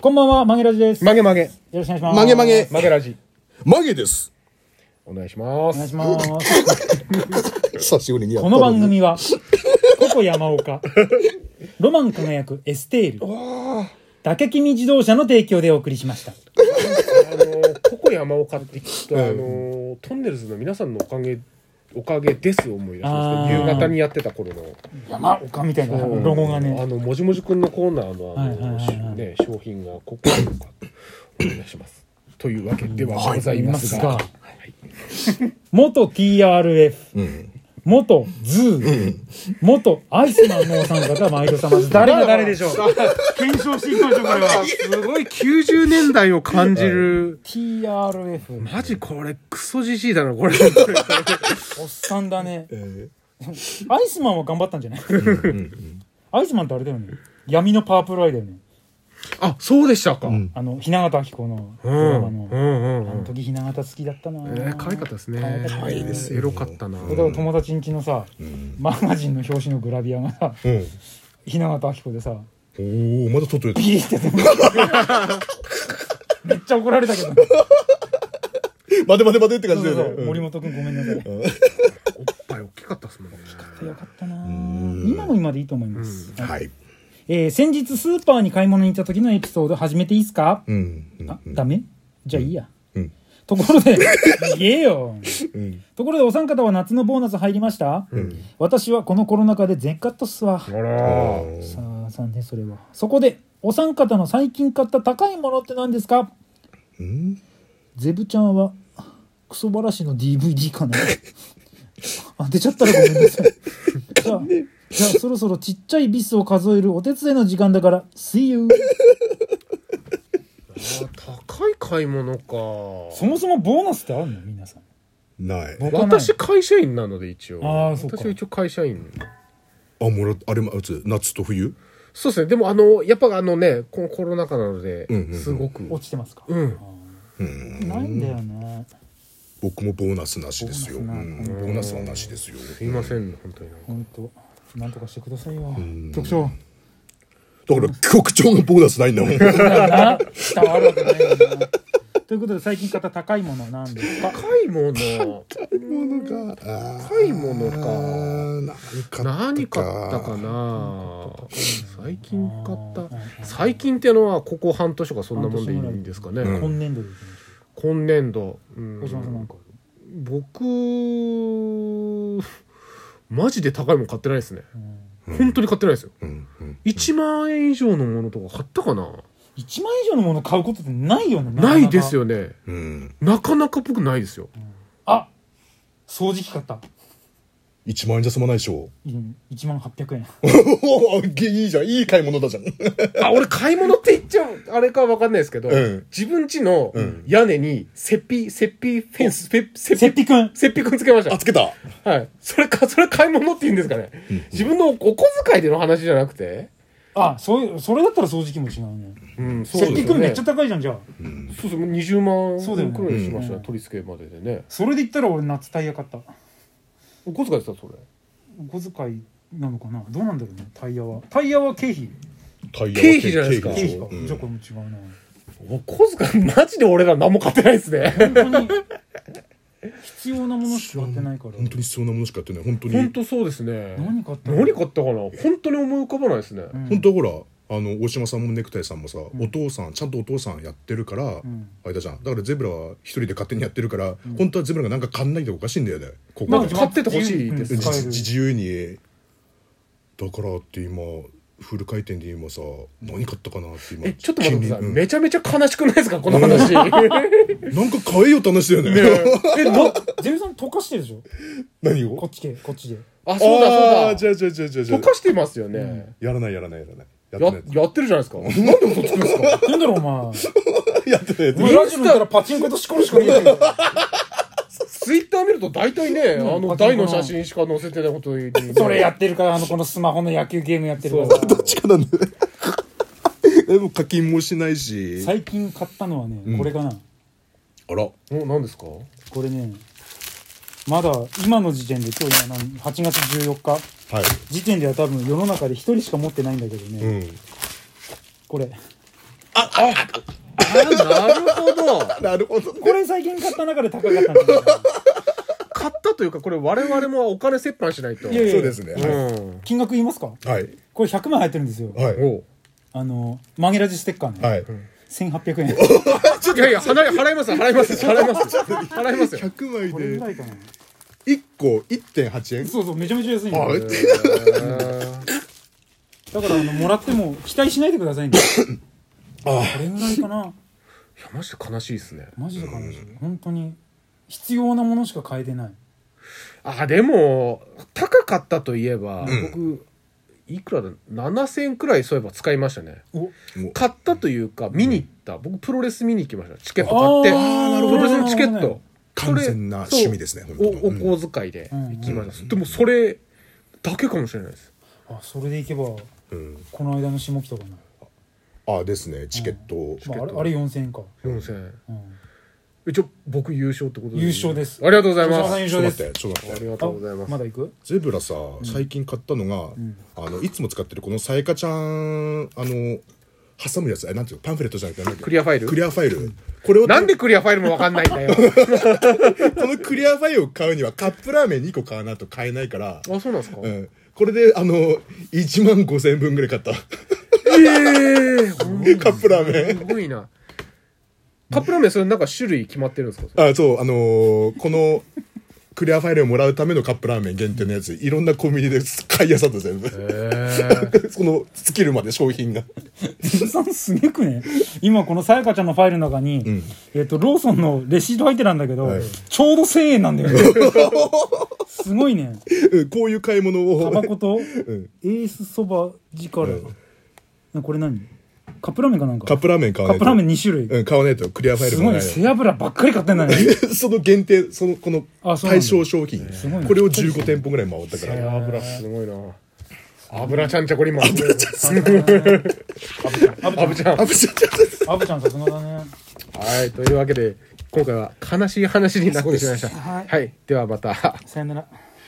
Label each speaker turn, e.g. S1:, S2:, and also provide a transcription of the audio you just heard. S1: こんばんは、マゲラジです。よ
S2: 曲げ曲げ。
S1: ろしくお願いします。
S3: 曲げ曲げ。
S2: 曲げラジ。
S3: 曲げです。
S2: お願いしま
S1: お願いし
S2: す。
S1: ます。
S3: 久しぶりにやっ
S1: こ
S3: た
S1: の番組は、ココ山岡、ロマン輝くエステール、竹君自動車の提供でお送りしました。
S2: あの、ここ山岡って聞くと、あの、トンネルズの皆さんのおかげ、おかげですを思い出しました。
S1: あー
S2: 夕方にやってた頃の。
S1: 山岡みたいなロゴが
S2: あ
S1: ね。
S2: の、もじもじくんのコーナーの、
S1: は
S2: あ
S1: いはい
S2: の、
S1: はい
S2: しね、商品がここ山岡。お願いします。というわけではございますが。
S1: はい元 TRF、元ズー、元アイスマンのお三方、毎度様です。誰が誰でしょう検証していきましょう、これは。
S2: すごい90年代を感じる。
S1: TRF、
S2: マジこれ、クソじじいだな、これ。
S1: おっさんだね。
S3: え
S1: アイスマンは頑張ったんじゃないアイスマンってあれだよね。闇のパープルアイだよね。
S2: あ、そうでしたか。うん。
S1: あの、雛形明子のド
S2: う
S1: ラマ
S2: ん
S1: の。
S2: うん
S1: あ
S2: う
S1: の
S2: ん。
S1: 時雛形好きだったな
S2: えー可愛かったですね。
S1: 可愛いです
S2: エロかったな。
S1: それから友達ん家のさ、マガジンの表紙のグラビアがさ、
S3: ー
S1: 雛形明子でさ、
S3: うん。おー、まだ撮っといた。
S1: ピリってやって ためっちゃ怒られたけど、
S3: 待て待て待てって感じ
S1: そ
S3: だ
S1: うそ
S3: よ
S1: う
S3: ね。
S1: 森本君ごめんなさい。よ
S2: おっぱい大きかったですもんね。
S1: かったな今も今でいいと思います。
S3: うんはい。
S1: えー先日スーパーに買い物に行った時のエピソード始めていいですか
S3: うん。
S1: あ、ダメじゃあいいや。
S3: うん
S1: ところで、 言えよ。
S3: うん。
S1: ところでお三方は夏のボーナス入りました、私はこのコロナ禍で全カットっすわ。
S2: あらー。
S1: さあ、残念それは。そこで、お三方の最近買った高いものって何ですか
S3: うん。
S1: ゼブちゃんは、クソバラシの DVD かな あ、出ちゃったらごめんな さい。じゃあ、じゃあそろそろちっちゃいビスを数えるお手伝いの時間だから、See you!
S2: あ高い買い物
S1: そ
S2: か。
S1: もそもボーナスってあるの皆さん。
S3: ない。
S1: 僕はない
S2: 私会社員なので一応。
S1: あーそうか
S2: 私は一応会社員。
S3: あ、もらっあれも、あいつ、夏と冬
S2: そうですね。でもあのやっぱあのねこのコロナ禍なので
S3: うんうんうん
S2: すごく。
S1: 落ちてますか、
S2: うん。
S3: うん。
S1: ないんだよね。
S3: 僕もボーナスなしですよ。う
S1: ボーナス
S3: ん。ボーナスはなしですよ。
S2: すいません本当に。
S1: 本当なんとかしてくださいよ局長
S3: だから、局長がボーナスないんだ もん。
S1: だからな伝わるわけないよな ということで最近買った高いものは何ですか
S2: 高いもの。
S3: 物が、あ
S2: 高いものか。
S3: ー何か。
S2: 何買ったかな最近買った最近ってのはここ半年とかそんなもんでいいんですかね、
S3: うん
S1: 今年度です
S2: 今年度、うん
S1: 小島さんなんか
S2: 僕マジで高いもん買ってないですね、本当に買ってないですよ
S3: うん。うん
S2: 1万円以上のものとか買ったかな、
S1: 1万円以上のもの買うことってないよねかか
S2: ないですよね
S3: うん。
S2: なかなか僕ないですよ、
S1: あ掃除機買った
S3: 1万円じゃ済まないでしょ。
S1: 1万800円
S3: おーいいじゃん。いい買い物だじゃん。
S2: あ俺買い物って言っちゃうあれかわかんないですけど、
S3: うん
S2: 自分家の屋根にセッピセッピフェンスセッセ
S1: せっ
S2: ッピ
S1: ぴくん
S2: セッピくんつけました
S3: あ、つけた。
S2: はい。それか、それ買い物って言うんですかね。自分のお小遣いでの話じゃなくて。
S1: あそういうそれだったら掃除機も違うね
S2: うん、
S1: せっぴくんめっちゃ
S2: そう
S1: 高いじゃんじゃあ
S2: そう、20万
S1: そうだよね
S2: くらいしました
S1: う
S2: ね
S1: ん。
S2: 取り付けまででね。
S1: それで言ったら俺夏タイヤ買った
S2: お小遣いですか、それ。
S1: お小遣いなのかなどうなんだろうねタイヤはタイヤは経費
S3: 経
S2: 経費じゃないですか
S1: 経費か、
S3: うん
S1: じゃあこれも違うな
S2: お小遣い、マジで俺ら何も買ってないですね。
S1: 本当に必要なものしか買ってないから
S3: 本当に必要なものしかやってない本当に
S2: 本当そうですね。
S1: 何買ったの
S2: 何買ったかな本当に思い浮かばないですね。
S3: 本当ほらあの大島さんもネクタイさんもさ、お父さんちゃんとお父さんやってるから、
S1: ん
S3: あれだじゃんだからゼブラは一人で勝手にやってるから、本当はゼブラがなんか買んないとおかしいんだよねこ
S2: ま
S3: こ
S2: あ
S3: で、
S2: 買っててほしいです
S1: うん
S3: じ
S1: 使え
S3: じ
S1: る
S3: 自由にだからって今フル回転で今さ何買ったかなって今
S2: え、ちょっと待ってください。
S3: 急に
S2: めちゃめちゃ悲しくないですか、この話。 ね
S3: うんなんか買えよって話だよね
S1: えなゼルさん溶かしてるでしょ
S3: 何
S1: こ
S3: を
S1: っち系こっちで
S2: あ、そうだそ
S3: あー
S2: う
S3: じゃあじゃあじゃあじゃあじ
S2: だ。
S3: ゃあ
S2: 溶かしてますよね。
S3: やらないやらないやらないや
S2: や
S3: ってない、
S2: やってるじゃないですか。なんで嘘つくんですか
S1: なんだろうお
S3: やってないやってない
S1: 前ラジオ見たらパチンコとしこるしか見えない
S2: ツイッター見ると大体ね、あ
S1: うん
S2: の、台の写真しか載せてないことに、
S1: それやってるからあのこのスマホの野球ゲームやってるから
S3: どっちかなんだよでも課金もしないし
S1: 最近買ったのはねこれかな、
S3: あら
S2: お、何ですか
S1: これねまだ今の時点で今日今何8月14日
S3: はい
S1: 時点では多分世の中で一人しか持ってないんだけどね、
S3: うん
S1: これ
S2: あなるほど
S3: なるほど
S1: これ最近買った中で高かったんですよ
S2: 買ったというかこれ我々もお金折半しないと
S1: いやいや
S3: そうですね
S2: う
S3: は
S2: ん
S1: 金額言いますか
S3: いはい
S1: これ100枚入ってるんですよ
S3: はい
S2: おう
S1: あのマゲラジステッカーね、
S3: はい
S1: 1800円
S2: いやいや払い払います払います払い ます払いますよ
S3: 100枚
S1: これぐら
S3: で
S1: いかな
S3: 1個1.8円
S1: そうそうめちゃめちゃ安いん
S3: あ
S1: で
S3: え
S1: だからあのもらっても期待しないでくださいね
S3: あ
S1: これぐらいかない
S2: やマジで悲しいですね
S1: マジで悲しい本当に必要なものしか買えてない
S2: あでも高かったといえば、
S3: ん
S2: 僕いくらだ7000円くらいそういえば使いましたね
S1: お
S3: もう
S2: 買ったというか見に行った、僕プロレス見に行きましたチケット買っ
S1: あ
S2: て
S1: ーなるほ
S2: プ
S1: ど
S2: ロレスのチケット
S3: 完全な趣味ですね
S2: お
S3: 本当に
S2: お小遣いで行きました、
S3: うん
S2: でもそれだけかもしれないです
S1: あそれでいけば
S3: うん
S1: この間の下北かな、
S3: あですねチケット
S1: まあ、あれあれ4000円か、
S2: 4000円
S1: うん、
S2: 一応僕優勝ってことで
S1: 優勝です
S2: ありがとうございま
S1: 優
S2: す
S1: 勝
S2: あ
S1: 優
S3: ちょ
S1: 勝です
S3: っと待ってちょっと待って
S2: りがとうございます
S1: まだ行く
S3: ゼブラさ最近買ったのがあのいつも使ってるこのさやかちゃんあの挟むやつあれなんていうのパンフレットじゃなくてなんだっけ
S2: クリアファイル
S3: クリアファイルこれを
S2: なんでクリアファイルもわかんないんだよ
S3: このクリアファイルを買うにはカップラーメン2個買わないと買えないから、
S2: あそうなんですか、
S3: う
S2: え
S3: ん、これであの1万5000円分ぐらい買った
S2: えー、
S3: カップラーメン
S2: すごいなカップラーメンそれなんか種類決まってるんですかそれ
S3: あそうあのーこのクリアファイルをもらうためのカップラーメン限定のやついろんなコンビニで買い漁った全部 その尽きるまで商品が
S1: 全 さんすげくね今このさやかちゃんのファイルの中に、
S3: ん
S1: えっとローソンのレシート入ってたんだけど、
S3: はい
S1: ちょうど1000円なんだよ ねすごいね
S3: うんこういう買い物
S1: タ
S3: を
S1: バコと
S3: ん
S1: エースそば力、なこれ何カップラーメンかなんか
S3: カップラーメン買わ
S1: カ
S3: ない
S1: ップ
S3: と
S1: ラーメン2種類、
S3: うん、買わないとクリアファイル
S1: すご
S3: も
S1: い
S3: ら
S1: ね
S3: えない
S1: 背脂ばっかり買ってんだね
S3: その限定そのこの
S1: あそうなん
S3: 対
S1: だ
S3: 象商品
S1: すごいね
S3: これを15店舗ぐらい回ったから
S2: 油すごいな油ちゃんちゃこり今油ちゃん油ちゃん
S3: あぶちゃちゃ
S1: アブちゃんさすがだね
S2: はいというわけで今回は悲しい話になってしまいました
S1: そうですはい
S2: はい、ではまた
S1: さよなら